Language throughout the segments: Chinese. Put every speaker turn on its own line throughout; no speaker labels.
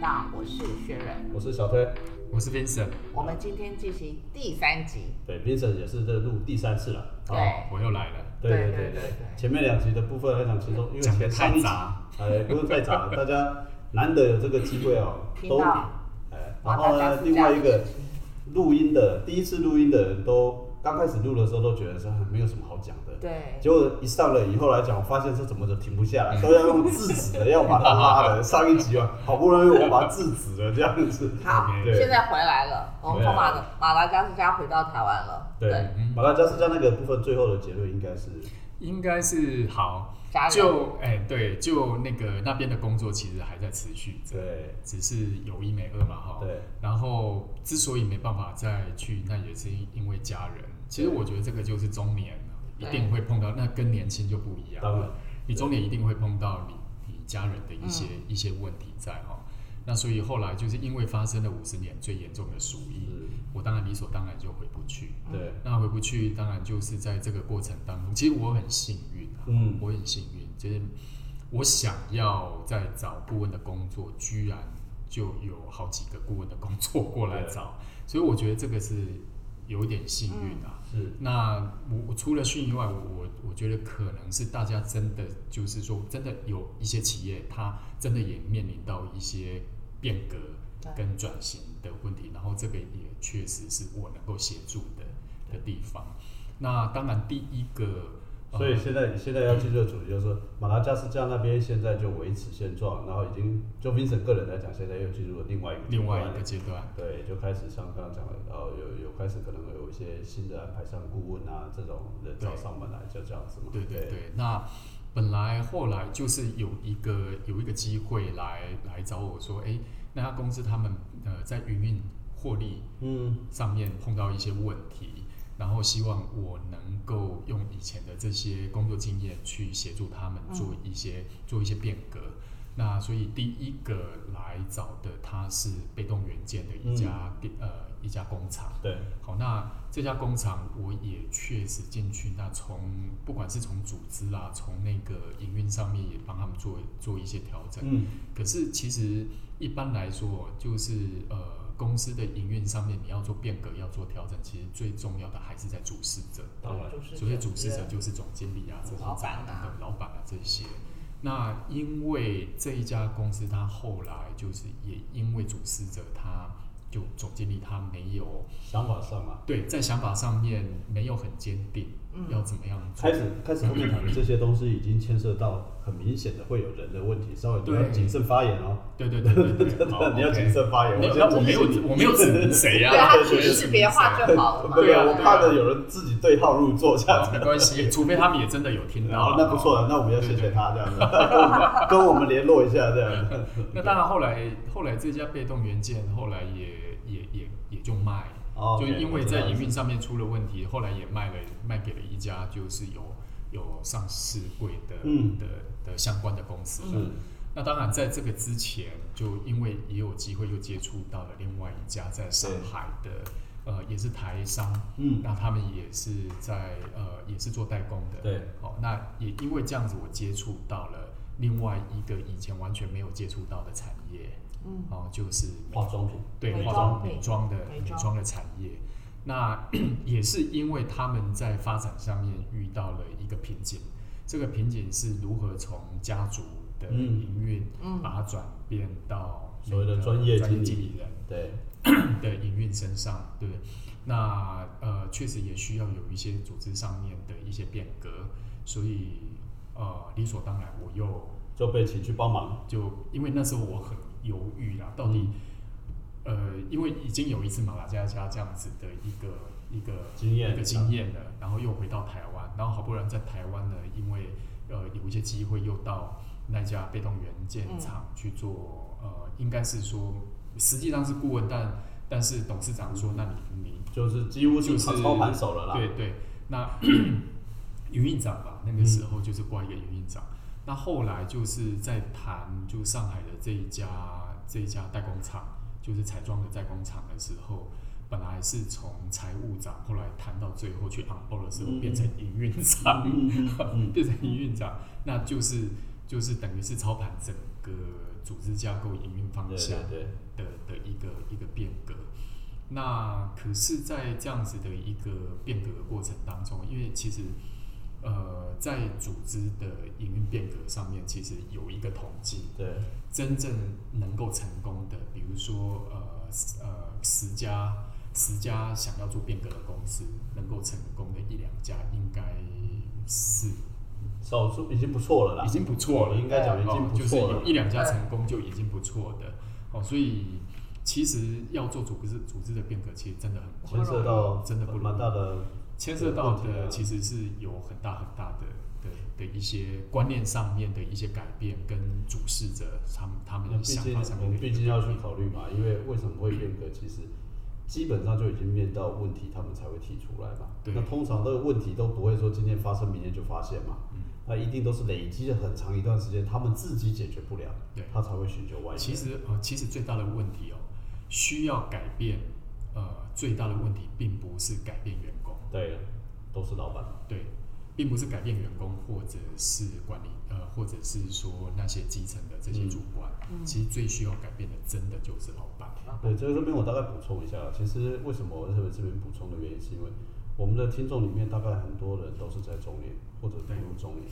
道，我是雪人。
我是小推，
我是 Vincent，
我们今天进行第三集，
对，Vincent 也是这录第三次了。
对
哦
我又来了，
对
对
对
对
对
对
对
对，
前面两集的部分非常轻松，因为
讲
前
得太
三集
杂，
哎，不是太 杂，大家难得有这个机会哦，
听
都
到
哎，
哇
然
大
后
家
呢，
是
另
这样
外一个录音的第一次录音的人都刚开始录的时候都觉得说没有什么好讲的，
对，
结果一上了以后来讲，我发现这怎么都停不下 来，都要用制止的，要把它拉的。上一集啊，好不容易我把它制止了，这样子。
好，
OK
现
对
在回来了，我们从马马达加斯加回到台湾了，
对，马达加斯加那个部分最后的结论应该是，
应该是好
家人，
就哎、对，就那个那边的工作其实还在持续着，
对
只是有一没二嘛哈。
对
然后之所以没办法再去，那也是因为家人。其实我觉得这个就是中年一
对
定会碰到，那跟年轻就不一样
当然
了。你中年一定会碰到你你家人的一些、
嗯
一些问题在哈。那所以后来就是因为发生了五十年最严重的鼠疫，
嗯
我当然理所当然就回不去。
对，
那回不去，当然就是在这个过程当中，其实我很幸运啊，
嗯
我很幸运，就是我想要在找顾问的工作，居然就有好几个顾问的工作过来找，所以我觉得这个是有点幸运啊。
是，
那我我除了训以外，我我我觉得可能是大家真的就是说，真的有一些企业，它真的也面临到一些变革
对
跟转型的问题，然后这个也确实是我能够协助的的地方。那当然，第一个，呃
所以现在现在要进入的主题就是说，马达加斯加那边现在就维持现状，然后已经就 Vincent 个人来讲，现在又进入了另外一个阶
另外
段
一个阶段，
对，就开始像刚刚讲的，然后有有开始可能有一些新的安排，像顾问啊这种人找
对
上门来，就这样子嘛。
对对对，那本来后来就是有一个有一个机会来来找我说，哎，那家公司他们呃在营运获利
嗯，
上面碰到一些问题，然后希望我能够用以前的这些工作经验去协助他们做一些、做一些变革。那所以第一个来找的他是被动元件的一家店、呃一家工厂。
对，
好，那这家工厂我也确实进去，那从不管是从组织啦，从那个营运上面也帮他们做做一些调整。
嗯，
可是其实一般来说，就是呃公司的营运上面你要做变革、要做调整，其实最重要的还是在主事者。
当然，
就是
所谓主事者
对
就是总经理啊、这些
老板啊
长等等老板啊这些。那因为这一家公司，它后来就是也因为主事者他就总经理他没有
想法上啊，
对在想法上面没有很坚定，
嗯
要怎么样做
开始开始后面讲的这些东西已经牵涉到很明显的会有人的问题，稍微你要
对
谨慎发言哦。
对对对对 对，好
你要
OK
谨慎发言。
没有
先
那我没有
提醒你
我没有指名谁
对
啊，
他
我没有
提
指
示
名
别话
谁啊
就好了嘛，
对啊，我
对
怕的有人自己对号入座这样
好
子。
哦没关系，除非他们也真的有听
然
到
后
啊。
那不错了，那我们要谢谢他这样子，跟我们跟我们联络一下这样子。
那当然，后来后来这家被动元件后来也也也也就卖，
哦
就
OK，
因为
我知道
在营运上面出了问题，后来也卖了，卖给了一家就是有有上市柜的、
嗯
的的相关的公司。
是
那当然，在这个之前，就因为也有机会又接触到了另外一家在上海的，呃，也是台商，
嗯
那他们也是在呃，也是做代工的，
对，
好、那也因为这样子，我接触到了另外一个以前完全没有接触到的产业，
嗯，
哦，就是
化妆品，
对
美
化
妆
妆
品
美妆的
美
美
妆
妆的产业，那 也是因为他们在发展上面遇到了一个瓶颈，这个瓶颈是如何从家族的
嗯
营运，
嗯
把它转变到
所谓的
那个
专业经理
经理人
对，
的营运身上，对不对？那呃，确实也需要有一些组织上面的一些变革，所以呃，理所当然，我又
就被请去帮忙。
就因为那时候我很犹豫啦，到底、呃，因为已经有一次马来西亚这样子的一个一个
经验
一个经验了，然后又回到台湾，然后好不容易在台湾呢，因为呃有一些机会又到那家被动元件厂去做，呃，应该是说实际上是顾问，但但是董事长说，那你你
就是几乎是
就是
操盘手了啦。
对对，那 营运长吧，那个时候就是挂一个营运长。那后来就是在谈就上海的这一家这一家代工厂，就是彩妆的代工厂的时候，本来是从财务长，后来谈到最后去 on board 的时候，
嗯
变成营运长，
嗯嗯嗯
变成营运长，那就是就是等于是操盘整个组织架构、营运方
对
向
对对，
的的一个一个变革。那可是，在这样子的一个变革的过程当中，因为其实呃，在组织的营运变革上面，其实有一个统计，
对，
真正能够成功的，比如说呃十呃十家十家想要做变革的公司，能够成功的一两家，应该是
少数已经不错了啦
已，经不错了，
应该讲已经不
哦就是
错
有
了。
一两家成功就已经不错的哦，所以其实要做组织组织的变革，其实真的
牵
很
涉到
真的不容易
蛮大的，
牵涉到
对啊
的其实是有很大很大的的的一些观念上面的一些改变，跟主事者他们他们
那
的
毕
想
竟
法上
我
面
们
的一
毕
个
竟要
改
去
变。
考虑嘛，因为为什么会变革，其实基本上就已经面到问题，他们才会提出来嘛。
对
那通常这个问题都不会说今天发生，明天就发现嘛。
嗯
那一定都是累积了很长一段时间，他们自己解决不了，
对
他才会寻求外界。
其实呃，其实最大的问题哦，需要改变呃，最大的问题并不是改变员工，
对，都是老板。
对，并不是改变员工或者是管理呃，或者是说那些基层的这些主管，其实最需要改变的，真的就是老板。
对，这这边我大概补充一下，其实为什么我特别这边补充的原因，是因为我们的听众里面大概很多人都是在中年或者步入中年，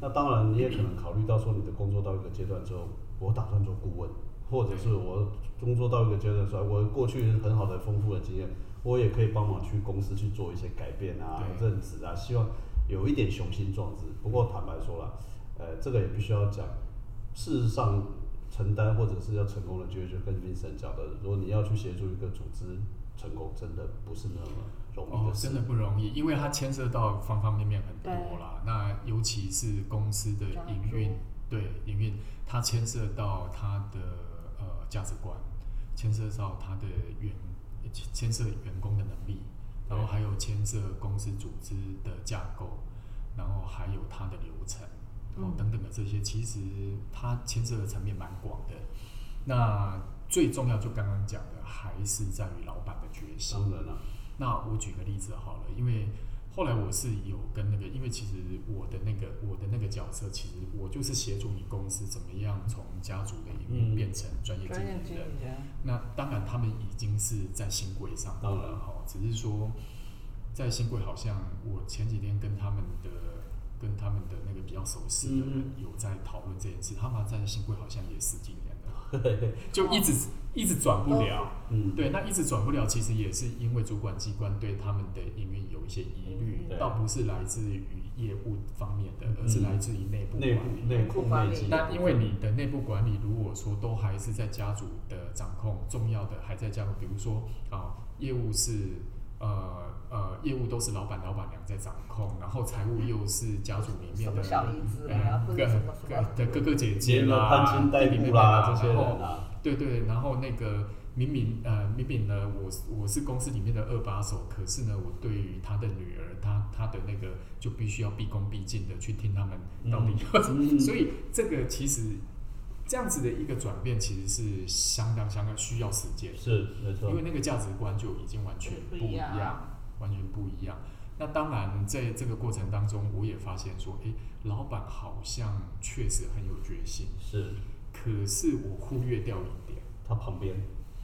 那当然你也可能考虑到说你的工作到一个阶段之后，我打算做顾问，或者是我工作到一个阶段之后，我过去很好的丰富的经验，我也可以帮忙去公司去做一些改变啊、
对
任职啊，希望有一点雄心壮志。不过坦白说了，呃，这个也必须要讲，事实上，承担或者是要成功的机会，就跟 Vincent 讲的，如果你要去协助一个组织成功，真的不是那么容易
哦，
的事。
真的不容易，因为它牵涉到方方面面很多
对
啦。那尤其是公司的
家
营
族
运，对营运，它牵涉到它的呃价值观，牵涉到它的员，呃牵涉员工的能力，然后还有牵涉公司组织的架构，然后还有它的流程，哦
嗯
等等的这些，其实它牵涉的层面蛮广的。那最重要就刚刚讲的，还是在于老板的决心。
当然了、
那我举个例子好了，因为后来我是有跟那个，因为其实我的那个我的那个角色，其实我就是协助你公司怎么样从家族的营运
嗯
变成专业经
专业
理
经
人。
理人，
那当然，他们已经是在新贵上
当然
了哈，只是说在新贵好像我前几天跟他们的跟他们的那个比较熟识的人
嗯
有在讨论这件事，他们在新贵好像也十几年了，就一直一直转不
哦
了。
嗯，
对，那一直转不了，其实也是因为主管机关对他们的营运有一些疑
嗯
虑
对，
倒不是来自于业务方面的，而是来自于内部管
嗯内部
理。
内控内机，
那因为你的内部管理，如果说都还是在家族的掌控，重要的还在家族，比如说啊、业务是呃呃，业务都是老板老板娘在掌控，然后财务又是家族里
什
面的哎
么小姨子啊，或
各
者什么什
各
么，
的哥哥姐姐
结了
啦、
攀亲带
弟弟妹
故
妹
啦
啦
这些
然后
人啊，
对对，然后那个明明呃明明呢，我是我是公司里面的二把手，可是呢，我对于他的女儿，他他的那个就必须要毕恭毕敬的去听他们到底要 怎么、
嗯
所以这个其实这样子的一个转变，其实是相当相当需要时间，
是啊没错
因，为那个价值观就已经完全不一
不一
样
样，
完全不一样。那当然，在这个过程当中，我也发现说，诶，老板好像确实很有决心，
是
可是我忽略掉一点。
他旁边，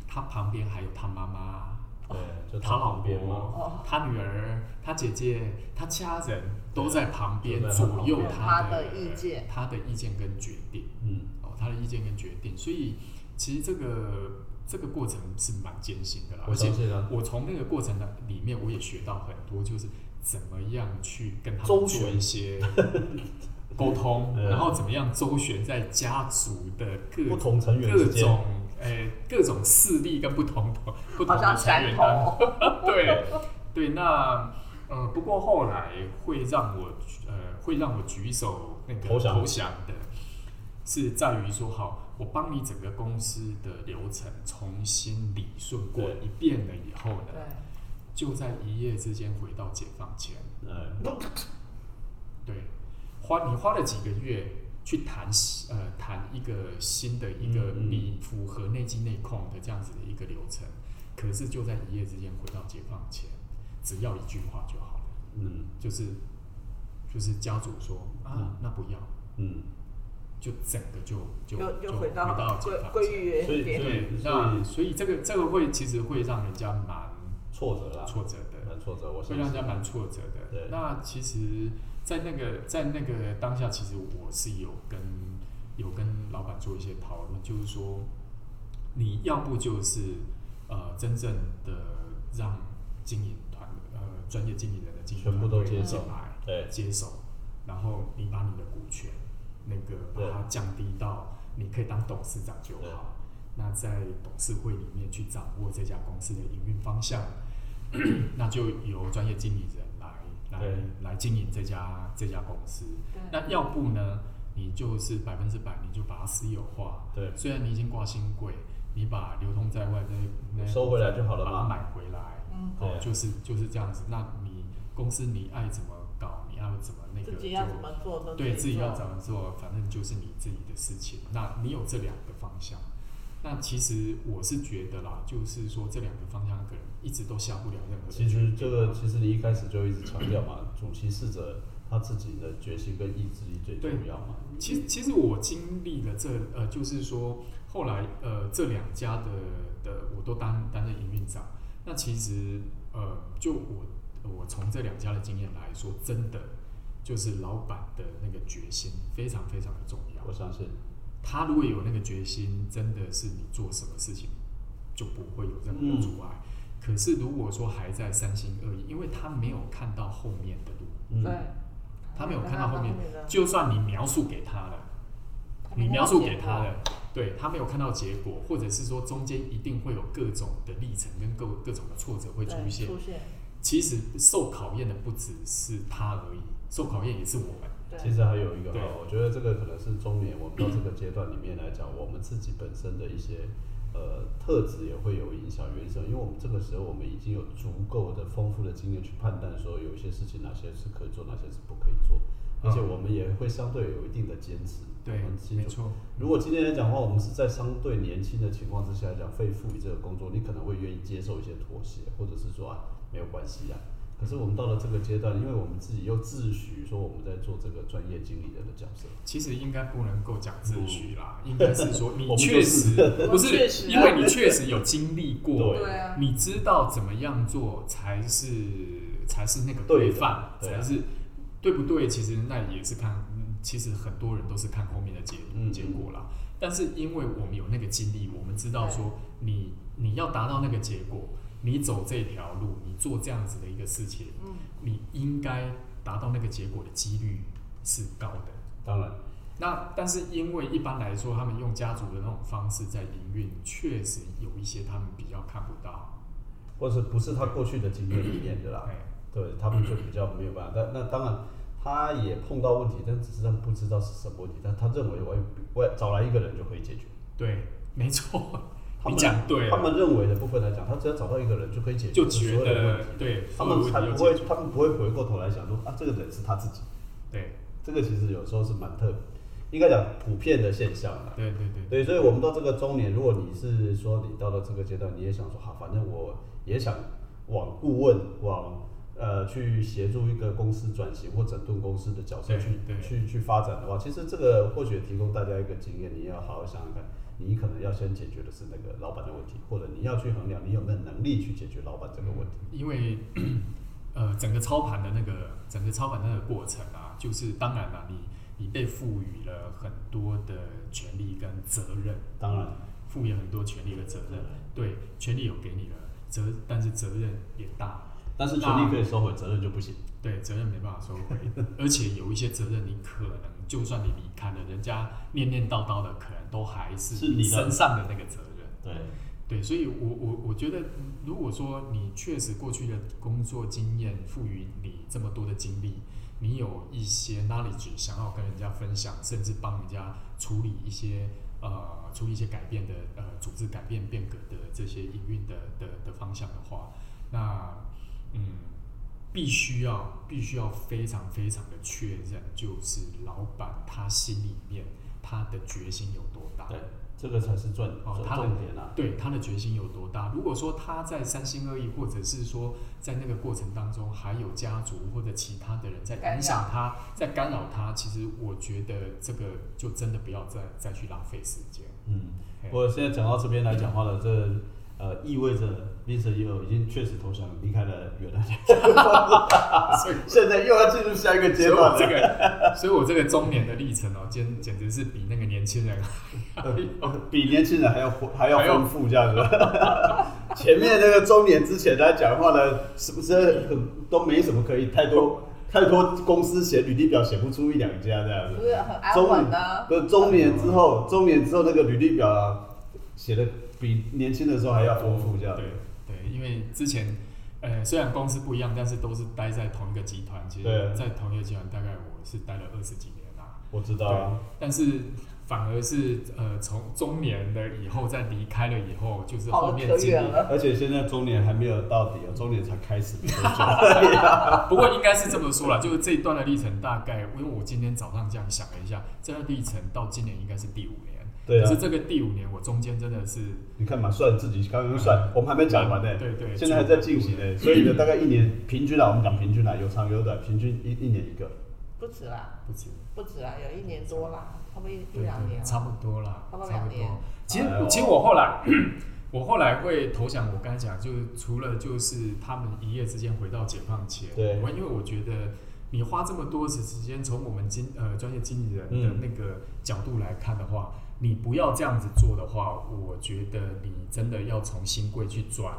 他旁边还有他妈妈、
对，就
他
他
哦老
旁边嘛，
婆、他女儿、他姐姐、他家人都在旁边
都在他旁
左右
边
他
他的意见
他的意见跟决定
嗯，
哦，他的意见跟决定，所以其实这个这个过程是蛮艰辛的啦，
我
而且
相信啊，
我从那个过程的里面，我也学到很多，就是怎么样去跟他
周
们
旋
做一些沟通，
嗯
然后怎么样周旋在家族的各
不同成员
各
之间
种诶、各种势力跟不同的不同
好
的
像
成
山
员
头
当中，对对，那呃，不过后来会让我呃会让我举手那个
投降
的，是在于说好，我帮你整个公司的流程重新理顺过
对
一遍了以后
对
呢，，就在一夜之间回到解放前，
哎，
对，花你花了几个月去谈呃谈一个新的一个
嗯嗯
你符合内机内控的这样子的一个流程，可是就在一夜之间回到解放前，只要一句话就好了，
嗯
就是就是家主说啊
嗯
那不要，
嗯，
就整个就就
又
就
又回到
解
归
放
归
前
于
所以
原点，
对
所以，
那所以这个这个会其实会让人家蛮
挫折啦，
挫折的，
蛮挫折，我相
会让人
信
家。蛮挫折的。
对
那其实，在那个在那个当下，其实我是有跟有跟老板做一些讨论，就是说，你要不就是呃，真正的让经营团呃专业经理人的经营
全部都
团队
接
进
手
来，
对
接手，然后你把你的股权那个把它降低到你可以当董事长就
对
好。那在董事会里面去掌握这家公司的营运方向， 那就由专业经理人来来
对
来经营这家这家公司
对。
那要不呢，你就是百分之百，你就把它私有化。
对
虽然你已经挂新柜，你把流通在外的那
收回来就好了嘛
把它买回来。
嗯，
对啊
哦，就是就是这样子。那你公司你爱怎么搞，你要怎么那个
自
就
己要怎么做都
对自己要
做
怎么做，反正就是你自己的事情。那你有这两个方向，那其实我是觉得啦，就是说这两个方向可能一直都下不了任何的
其
决
实
定
这个，其实你一开始就一直强调嘛，主席逝者他自己的决心跟意志力最重要嘛。
其实其实我经历了这呃，就是说后来呃这两家的的我都担担任营运长。那其实呃，就我我从这两家的经验来说，真的就是老板的那个决心非常非常的重要
我。相信，
他如果有那个决心，真的是你做什么事情就不会有任何的阻碍。可是如果说还在三心二意，因为他没有看到后面的路，
嗯，
对，
他没有看到后面
的，
就算你描述给他了，你描述给他了，对他没有看到结果，或者是说中间一定会有各种的历程跟各各种的挫折会
对
出现。
出现，
其实受考验的不只是他而已，受考验也是我们。
对，
其实还有一个
对
哈，我觉得这个可能是中年，我们到这个阶段里面来讲，我们自己本身的一些呃特质也会有影响。原因是什么因为我们这个时候我们已经有足够的丰富的经验去判断说有一些事情哪些是可以做，哪些是不可以做，而且我们也会相对有一定的坚持。
对
我们，清
没
楚。
错，
如果今天来讲的话，我们是在相对年轻的情况之下来讲，被赋予这个工作，你可能会愿意接受一些妥协，或者是说啊没有关系啊。可是我们到了这个阶段，因为我们自己又自诩说我们在做这个专业经理人的角色，
其实应该不能够讲自诩啦，应该是说
我
你
们
确实
我
不
确实
是，
啊
因为你确实有经历过，
对
对啊，
你知道怎么样做才是才是那个
对的
规范，
对啊
才是对不对？其实那也是看，嗯其实很多人都是看后面的结
嗯
结果啦。但是因为我们有那个经历，我们知道说你你要达到那个结果，你走这条路，你做这样子的一个事情，
嗯，
你应该达到那个结果的几率是高的。
当然，
那但是因为一般来说，他们用家族的那种方式在营运，确实有一些他们比较看不到。
或是不是他过去的经验里面的啦，
哎，
对啊他们就比较没有办法。但那当然，他也碰到问题，但只是他不知道是什么问题，但他认为我我找来一个人就可以解决。
对，没错，
他
你
们
讲对
他
了，
们认为的部分来讲，他只要找到一个人就可以解决
就
所
觉
有的问
得
题。
对，
他
所有
们
问
才
题都
不
解
会
决，
他们不会回过头来想说啊，这个人是他自己。
对，
这个其实有时候是蛮特，应该讲普遍的现象啦。
对对对，
对，所以我们到这个中年，如果你是说你到了这个阶段，你也想说好，反正我也想往顾问往。呃，去协助一个公司转型或整顿公司的角色
对
去
对
去去发展的话，其实这个或许也提供大家一个经验，你要好好想想看，你可能要先解决的是那个老板的问题，或者你要去衡量你有没有能力去解决老板这个问题。
因为 呃，整个操盘的那个整个操盘的那个过程啊，就是当然了，你你被赋予了很多的权利跟责任，
当然，
赋予很多权利和责任，对，权利有给你了，责但是责任也大，
但是权利可以收回，责任就不行。
对，责任没办法收 回，而且有一些责任你可能就算你离开了，人家念念叨叨的，可能都还
是
是
你的
你身上的那个责任。
对，
对，所以我我我觉得，如果说你确实过去的工作经验赋予你这么多的经历，你有一些 knowledge 想要跟人家分享，甚至帮人家处理一些呃处理一些改变的呃组织改变变革的这些营运的的的方向的话，那嗯，必须要必须要非常非常的确认，就是老板他心里面他的决心有多大。
对这个才是重
哦
重
他的
重点啊。
对他的决心有多大。如果说他在三心二意，或者是说在那个过程当中还有家族或者其他的人在
干扰
影响他，在干扰他，其实我觉得这个就真的不要再再去浪费时间。
嗯，
嘿
我现在讲到这边来讲话了，这呃意味着 Mr. Yo 已经确实投降离开了原来的
所以
现在又要进入下一个
所
阶
以我
段
这
了。
个， 所以我这个中年的历程哦，简简直是比那个年轻人 还要
呃比年轻人还要丰还要
还要
丰富这样子。 前面那个中年之前他讲话呢，是不是很都没什么可以太多太多公司写履历表写不出一两家这样
不
子。
是啊很安
中
稳啊
年
呢？
不是中年之后，中年之后那个履历表啊，写的比年轻的时候还要丰富这样子
对。对，因为之前呃虽然公司不一样，但是都是待在同一个集团，其
对啊
实在同一个集团大概我是待了二十几年啦、
我知道
对
啊，，
但是反而是呃，从中年的以后，在离开了以后，就是
跑
后
得
面
可
经
远
历，
了
而且现在中年还没有到底哦，中年才开始没
啊
多久。
不过应该是这么说啦，就是这一段的历程，大概因为我今天早上这样想了一下，这段历程到今年应该是第五年，
对啊
可是，这个第五年我中间真的是
你看嘛，算自己刚刚算，我们还没讲完呢、
对对
现在还在进行呢、所以呢，大概一年平均啊，我们讲平均啊，有长有短，平均一一年一个。
不止啦，
不止，
不止啦，有一年多啦，差不多一一
对
两
对，
年
差
啦。
不多啦，
差不多
差
两
不多
年。
其实
哎呦，
其实我后来， 我后来会投降。我刚才讲，就是除了就是他们一夜之间回到解放前，
对
我因为我觉得你花这么多时时间，从我们经呃专业经理人的
嗯
那个角度来看的话，你不要这样子做的话，我觉得你真的要从新贵去转，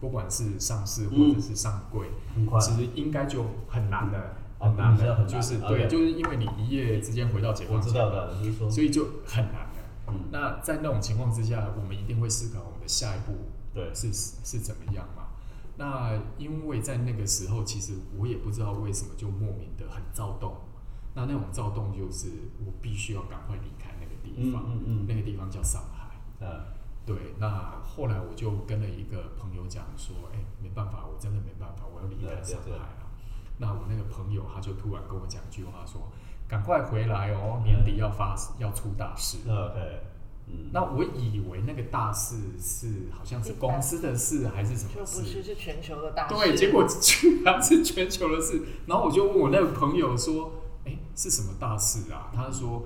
不管是上市
嗯
或者是上柜，
很快
其实应该就很难了，
哦
很难
比较
了，
很难
就是对
OK
就是因为你一夜之间回到解
我
放
知
前，
道的，就是说，
所以就很难了。
嗯，
那在那种情况之下，我们一定会思考我们的下一步
对，
是是怎么样嘛？那因为在那个时候，其实我也不知道为什么就莫名的很躁动。那那种躁动就是我必须要赶快离开那个地
嗯
方，
嗯嗯
那个地方叫上海。
啊，
对，那后来我就跟了一个朋友讲说，哎、没办法，我真的没办法，我要离开上海了、那我那个朋友他就突然跟我讲一句话说，赶快回来哦，年底要发要出大事。
那啊 OK，嗯，
那我以为那个大事是好像是公司的事还是什
就不
么
是
事，
是全球的大事。
对，结果居然是全球的事。然后我就问我那个朋友说：“哎、是什么大事啊？”他说：“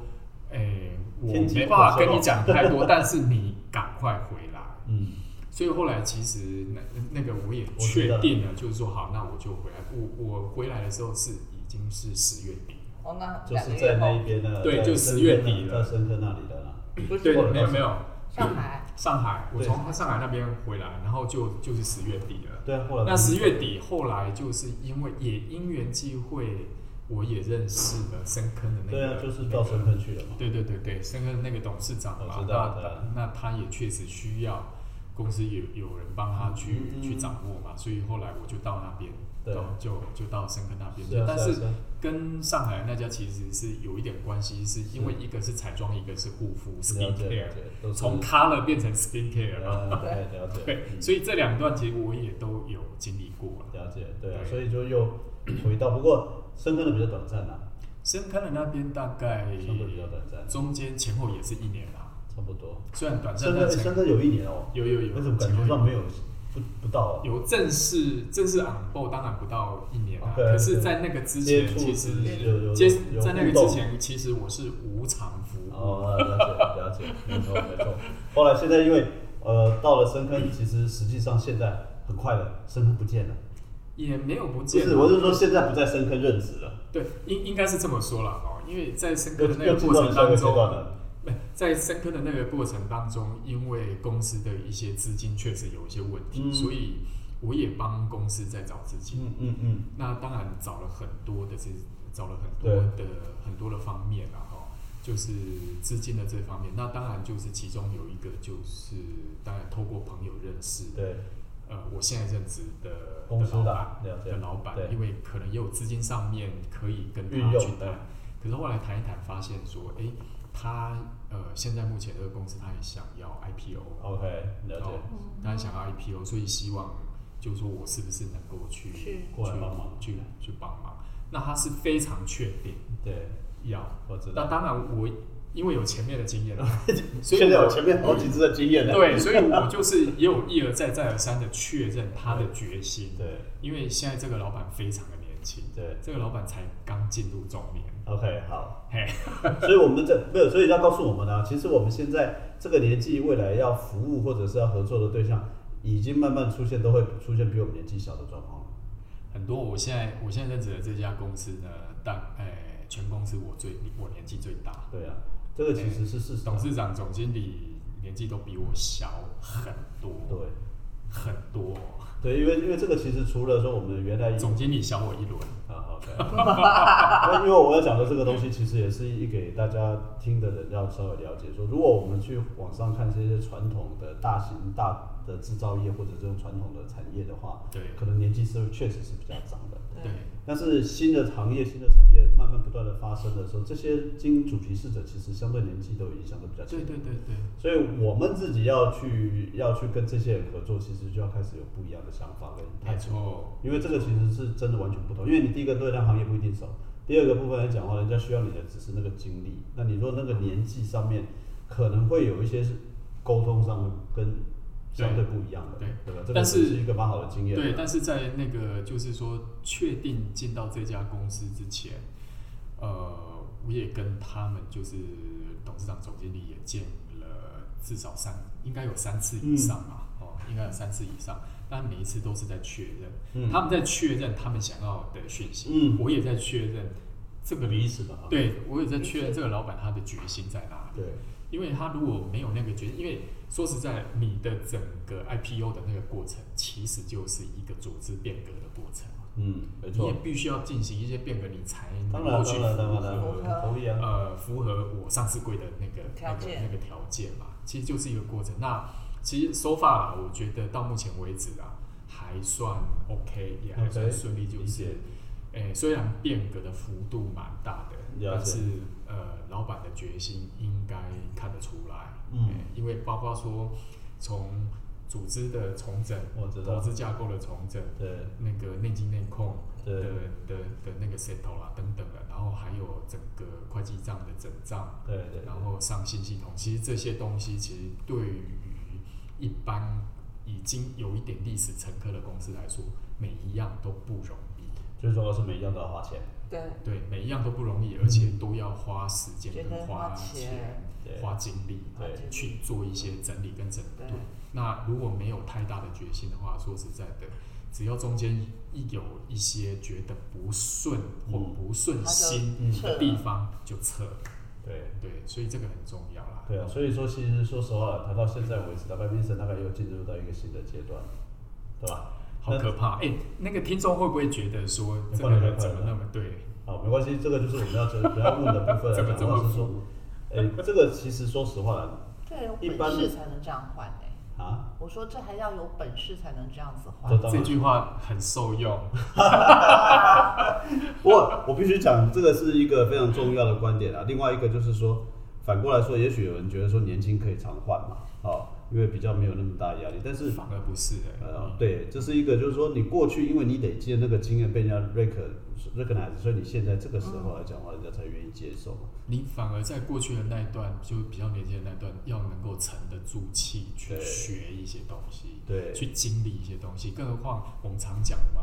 哎、我
天气
没
不
办法
好
跟
说
你讲太多，但是你赶快回来。”
嗯，
所以后来其实那那个我也
我知道
确定了，就是说好，那我就回来。我我回来的时候是已经是十月底了，
哦，那
就
两
是
个
在
月
那一
后，
边的，
对
在
就
深
10月
圳
底
的
了
在深圳那里的啦。
不是
对，
后来
没
发
有
生
没有，
上海，
上海，我
对
从上海那边回来，然后就就是十月底了。
对啊，后来
那十月底后来就是因为也因缘际会，我也认识了深坑的那个，
对啊，就是到深
那个
圳去了嘛。
对对对对，深坑那个董事长嘛
我，知道对
那那他也确实需要公司有有人帮他去、
嗯
去掌握嘛，所以后来我就到那边，
对
到就就到深坑那边
是啊，
但
是啊
是
是啊
跟上海那家其实是有一点关系，是因为一个是彩妆，一个是护肤 skin
啊了解了
care，
解，都是
从 color 变成 skin care 嘛，
啊对了解，
对，
嗯
所以这两段其实我也都有经历过了。
了解，对啊，
对
所以就又回到，不过深圳的比较短暂啦，
深坑的那边大概
相对比较短暂，
中间前后也是一年啦，
差不多。
虽然短暂，
深圳
但
诶
是
深圳有一年哦，
有有有，
为什么感觉上没有不不到哦？
有正式正式 on board 当然不到一年啊，
对
可是，在那个之
接
前，
触
其实
有有
接
有
在那
互
个
动
之前，其实我是无偿服务，
哦，了解了解，没错没错。后来现在因为呃到了深坑，其实实际上现在很快了，深坑不见了。
也没有不
不
见啊。
是，我是说现在不在深坑任职了，
对，应应该是这么说了哦，因为在深
又
坑的那
又
个
进
过
到了
程
下一
当
个阶段
中，
了。
不在深坑的那个过程当中，因为公司的一些资金确实有一些问题，
嗯
所以我也帮公司在找资金。
嗯嗯嗯，
那当然找了很多的这找了很多的很多的方面然后就是资金的这方面。那当然就是其中有一个就是当然透过朋友认识的，
对，
呃，我现在任职的
公司
的老
的啊
板
了解
的老板
对，
因为可能也有资金上面可以跟
运
他
用
去
对
谈，可是后来谈一谈发现说，哎，他呃现在目前这个公司他也想要 IPO。
，OK，了解
哦，他想要 IPO，所以希望就是说我是不是能够去
去
过来帮忙
去去帮忙。那他是非常确定
对，
要，
我知
那
道，
当然我因为有前面的经验了， 所以
现在
我
有前面好几次的经验了。
对，所以我就是也有一而再再而三的确认他的决心，
对
因为现在这个老板非常的年轻，
对
这个老板才刚进入中年，
，OK，好。
嘿，
所以我们这没有，所以要告诉我们啊，其实我们现在这个年纪，未来要服务或者是要合作的对象，已经慢慢出现都会出现比我们年纪小的状况了。
很多我现在我现在任职的这家公司呢，大哎全公司我最我年纪最大，
对啊，这个其实是事实啊、
董事长、总经理年纪都比我小很
对
多，很多哦，
对，因为因为这个其实除了说我们原来
总经理小我一轮，
啊好的，那因为我要讲的这个东西，其实也是一给大家听的人要稍微了解说，如果我们去网上看这些传统的大型大的制造业或者这种传统的产业的话，
对
可能年纪是确实是比较长的。
对，
但是新的行业、新的产业慢慢不断的发生的时候，这些经主题逝者其实相对年纪都已经相对比较轻
对，对对对，
所以我们自己要去要去跟这些人合作，其实就要开始有不一样的想法跟态
没
度，
错，
因为这个其实是真的完全不同。因为你第一个对那行业不一定熟，第二个部分来讲的话，人家需要你的只是那个经历，那你若那个年纪上面可能会有一些是沟通上跟相对不一样的，
对
对吧？这个
但是
是一个蛮好的经验，
对，但是在那个就是说确定进到这家公司之前，呃，我也跟他们就是董事长、总经理也见了至少三，应该有三次以上吧，哦，应该有三次以上，但每一次都是在确认，
嗯
他们在确认他们想要的讯息，
嗯
我也在确认这个
彼此的啊，
对我也在确认这个老板他的决心在哪里。
对
因为他如果没有那个决心，因为说实在，你的整个 IPO 的那个过程，其实就是一个组织变革的过程，
嗯，没
你
错
也。必须要进行一些变革，你才
当
能
然，
够去
当然，
符
当然，
合
当然，同意啊。
呃符合我上市柜的那个那
条
个
件
那个条件嘛，其实就是一个过程。那其实收发啦，我觉得到目前为止啊，还算 OK，也还算
OK，
顺利，就
理
是
解
诶、虽然变革的幅度蛮大的，
了
但
解
是呃，老板的决心应该看得出来。
嗯
诶因为包括说从组织的重整，
我知道
投资架构的重整，
对
那个内经内控
对
的的的那个 settle 啦等等的，然后还有整个会计账的整账，
对对
然后上新系统，其实这些东西其实对于一般已经有一点历史沉疴的公司来说，每一样都不容易。
最重要是每一样都要花钱。
对，
对，每一样都不容易，而且都要花时间
觉
跟
得
花
花钱
嗯对
花精力
对
去做一些整理跟整顿
对。
那如果没有太大的决心的话，说实在的，只要中间一有一些觉得不顺或
嗯
不顺
他就
心
撤
的
了
地方，就撤了。
对
对，所以这个很重要啦。
对啊，所以说其实说实话，谈到现在为止，大概面试大概又进入到一个新的阶段，对吧？
好可怕！哎、那个听众会不会觉得说
你
这
换
个
了
人
换
怎
了
么那么对？
好，没关系，这个就是我们要主要问的部分
这个
来
这
讲，
么
或是 说，哎，这个其实说实话啊
这有
一般
本事才能这样换哎、
啊，
我说这还要有本事才能这样子
这
换。
当然
这句话很受用。
不过我必须讲，这个是一个非常重要的观点啊。另外一个就是说，反过来说，也许有人觉得说年轻可以常换嘛，哦，因为比较没有那么大压力，但是
反而不是哎、
呃，对，这是一个，就是说你过去因为你累积的那个经验被人家 rec recognize，所以你现在这个时候来讲的话，人家才愿意接受嘛。
你反而在过去的那一段，就比较年轻的那一段，要能够沉得住气去
对
学一些东西，
对
去经历一些东西。更何况我们常讲嘛，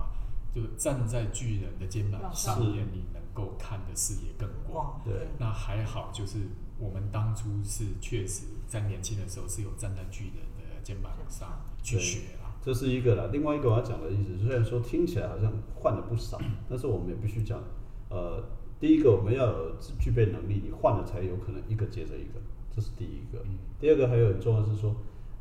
就是站在巨人的肩膀上
是
面，你能够看的视野更广。
哇，
对
那还好，就是我们当初是确实在年轻的时候是有站在巨人的肩膀上去
对
学啊啦。
这是一个啦。另外一个我要讲的意思，虽然说听起来好像换了不少，但是我们也必须讲，呃，第一个我们要有具备能力，你换了才有可能一个接着一个，这是第一个。第二个还有很重要的是说，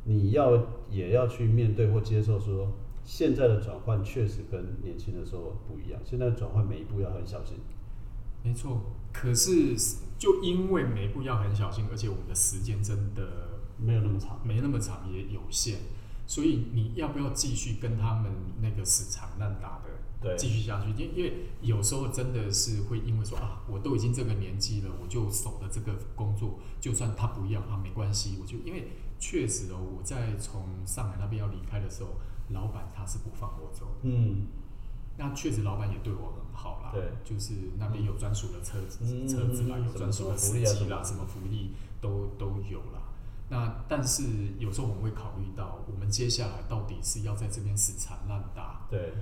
你要也要去面对或接受说。现在的转换确实跟年轻的时候不一样，现在转换每一步要很小心。
没错，可是就因为每一步要很小心，而且我们的时间真的
没有那么长。
没那么长也有限，所以你要不要继续跟他们那个死缠烂打
对
的继续下去？因因为有时候真的是会因为说啊，我都已经这个年纪了，我就守了这个工作，就算他不要啊，没关系，我就因为确实哦，我在从上海那边要离开的时候，老板他是不放我走的，
嗯，
那确实老板也对我很好啦，
对，
就是那边有专属的车子、
嗯
车子啦，
嗯
有专属的司
什
机
么
啦，
福
什么福利都都有啦。那但是有时候我们会考虑到，我们接下来到底是要在这边死缠烂打，
对，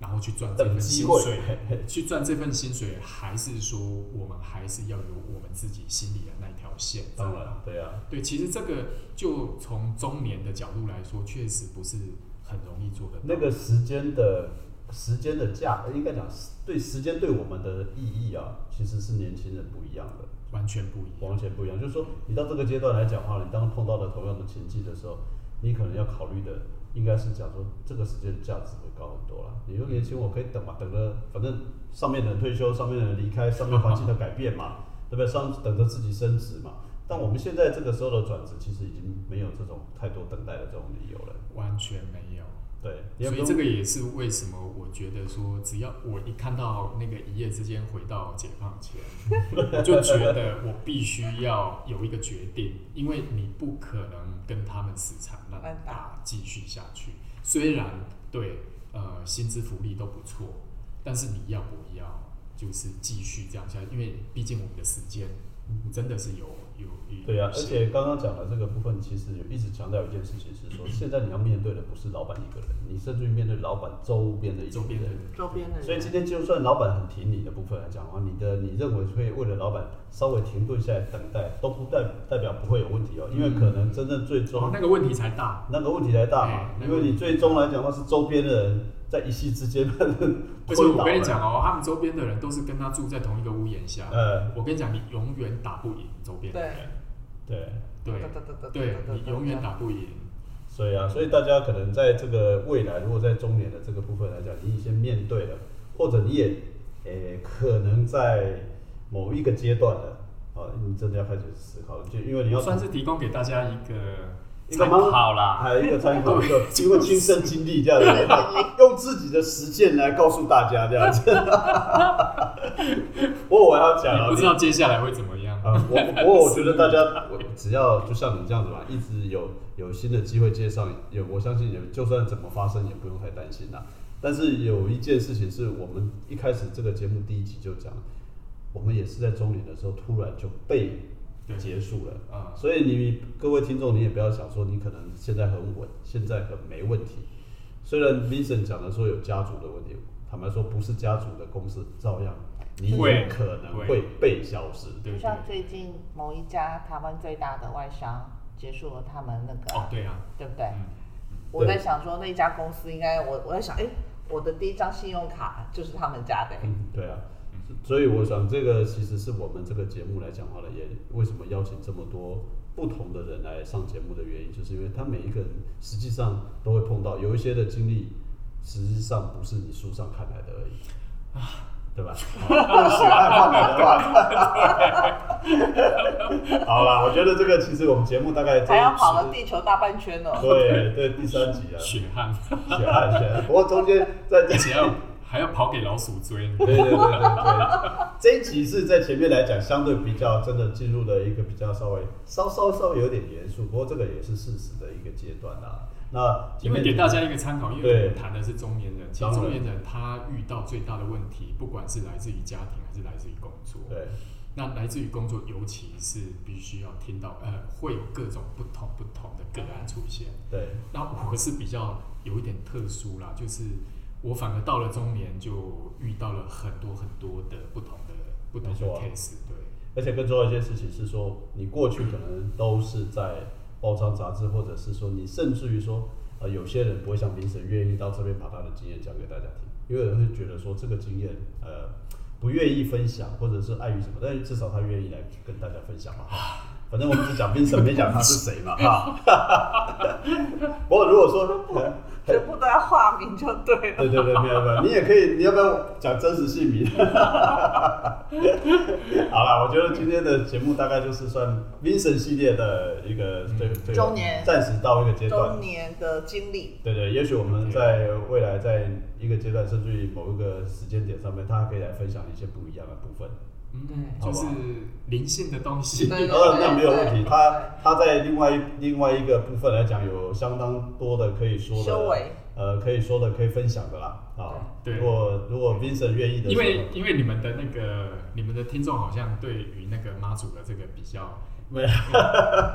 然后去赚这
等
份
机
薪
会，
水， 去赚这份薪水，还是说我们还是要有我们自己心里的那条线？
当然，对啊，
对，其实这个就从中年的角度来说，确实不是很容易做得到。
那个时间的时间的价，应该讲对时间对我们的意义啊，其实是年轻人不一样的。
完全不一样。
完全不一样。就是说，你到这个阶段来讲话，你当碰到了同样的情境的时候，你可能要考虑的应该是讲说，这个时间价值会高很多啦。你说年轻，我可以等嘛，等了，反正上面的人退休，上面的人离开，上面环境的改变嘛， 对不对？上等着自己升职嘛。但我们现在这个时候的转职，其实已经没有这种太多等待的这种理由了。
完全没有。
对，你要
所
不
以这个也是为什么我觉得说，只要我一看到那个一夜之间回到解放前，我就觉得我必须要有一个决定，因为你不可能跟他们死缠烂
烂
打继续下去。虽然对呃薪资福利都不错，但是你要不要就是继续这样下去？因为毕竟我们的时间真的是有有有
对啊，而
是
且刚刚讲的这个部分，其实有一直强调一件事情是说，现在你要面对的不是老板一个人，你甚至于面对老板周边的一
周
群
边的
人
人。
周边的人，
所以今天就算老板很挺你的部分来讲的话，你的你认为会为了老板稍微停顿下来等待，都不代代表不会有问题
嗯
哦，因为可能真正最终
哦，那个问题才大。
那个问题来大嘛
哎，那
因
个
为你最终来讲的话是周边的人在一夕之间
而且
昏
我
倒
跟你
了，
讲哦，他们周边的人都是跟他住在同一个屋檐下。
呃，
我跟你讲，你永远打不赢周边的人。
对，
对
对对对
对
对，对
你永远打不赢。
所以啊，所以大家可能在这个未来，如果在中年的这个部分来讲，你已经面对了，或者你也，诶、可能在某一个阶段了，啊，你真的要开始思考，就因为你要
我算是提供给大家一个
一个
参
吗
考啦。
还有一个参 考，一个
对
经过亲身经历这样子，用自己的实践来告诉大家这样 子。不过我要讲
你
啊
不，知道接下来会怎么样。
啊，我不过我觉得大家，我只要就像你这样子嘛，一直有有新的机会介绍，有我相信也就算怎么发生也不用太担心啦。但是有一件事情是我们一开始这个节目第一集就讲，我们也是在中年的时候突然就被
对
结束了。
啊，
所以你各位听众，你也不要想说你可能现在很稳，现在很没问题。虽然 Vincent 讲的说有家族的问题，坦白说不是家族的公司照样，你也
会
可能
会
会被消失。
对
就
对。
像最近某一家台湾最大的外商结束了他们那个，
哦，对啊。
对不对？
嗯
我在想说那家公司应该，我我在想，哎、我的第一张信用卡就是他们家的、诶
嗯，对啊。所以我想，这个其实是我们这个节目来讲话了，也为什么邀请这么多不同的人来上节目的原因，就是因为他每一个人实际上都会碰到，有一些的经历，实际上不是你书上看来的而已，对吧？血汗换来的吧？ 好啦，我觉得这个其实我们节目大概这
还要跑
一
了
期，
地球大半圈哦、
对对，第 三集啊，血
血汗，
汗血汗，不过中间在
而且要还要跑给老鼠追。
对对对对对，这一集是在前面来讲相对比较真的进入了一个比较稍微稍稍稍微有点严肃，不过这个也是事实的一个阶段啦。那前
因为
面
给大家一个参考，因为
对
我们谈的是中年人，其
当
实
然
中年人他遇到最大的问题，不管是来自于家庭还是来自于工作。
对
那来自于工作，尤其是必须要听到，呃，会有各种不同不同的个案出现。
对
那我是比较有一点特殊啦，就是我反而到了中年就遇到了很多很多的不同的不同
没
的
错啊
case，对，
而且更重要一件事情是说，你过去可能都是在包装杂志，或者是说你甚至于说，呃，有些人不会像评审愿意到这边把他的经验讲给大家听，因为有人会觉得说这个经验，呃，不愿意分享，或者是碍于什么，但是至少他愿意来跟大家分享嘛。哈反正我们只讲评审，没讲他是谁嘛，哈。不过如果说呃
全部都要化名就对了。
对对对，没有没有，你也可以，你要不要讲真实姓名？ 好啦，我觉得今天的节目大概就是算 Vincent 系列的一个对对
中年
暂时到一个阶段
中。年的经历，
对对，也许我们在未来在一个阶段，甚至于某一个时间点上面，他可以来分享一些不一样的部分。
嗯
对
就是
好吧
灵性的东西，
对
当哦然那没有问
对
题，
对
他他在另外一另外一个部分来讲，有相当多的可以说
修
的，
为，
呃，可以说的可以分享的啦。啊，
对
如果如果 Vincent 愿意的时
因
候，
为因为你们的那个你们的听众好像对于那个妈祖的这个比较，
没有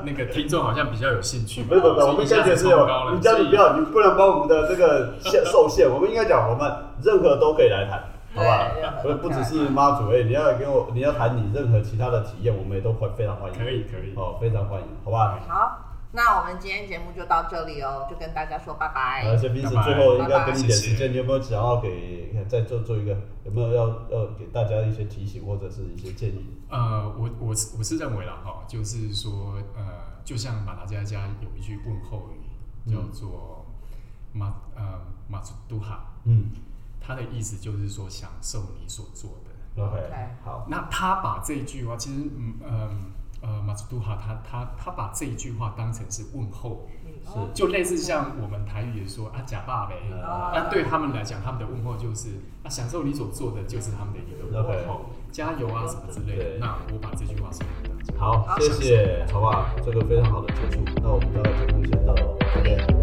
那个听众好像比较有 兴趣嘛，
不是不是不是，我
所
们
以
应
一
该
下
解
子
释
冲
有
高，了，
你这样子
所
不
以
要，你不能把我们的这个限受限。我们应该讲，我们任何都可以来谈，好
对任
吧？
何
不
都
是不只
可以
是
来谈
妈祖，哎，你要跟我，你要谈你任何其他的体验，我们也都欢非常欢迎。
可以可以
哦，非常欢迎，好吧？
好，那我们今天节目就到这里哦，就跟大家说拜拜。
而且平时
拜拜
最后应
拜
该
拜
给你一点
谢谢
时间，你有没有想要给再做做一个有没有要要给大家一些提醒或者是一些建议？
呃，我我是我是认为啦哈，就是说呃，就像马达加加有一句问候语
嗯
叫做马呃马祖都哈，
嗯
它的意思就是说享受你所做的。
，OK，
OK
好，
那他把这一句话，其实嗯嗯呃马祖都哈，他他他把这一句话当成是问候语，
嗯
是
就类似像我们台语也说啊假爸呗。
呃
那对他们来讲，他们的问候就是啊，享受你所做的，就是他们的一个问候，加油啊什么之类的
对。
那我把这句话送给大家。
好，谢谢，好吧，这个非常好的结束，那我们大概节目先到这边。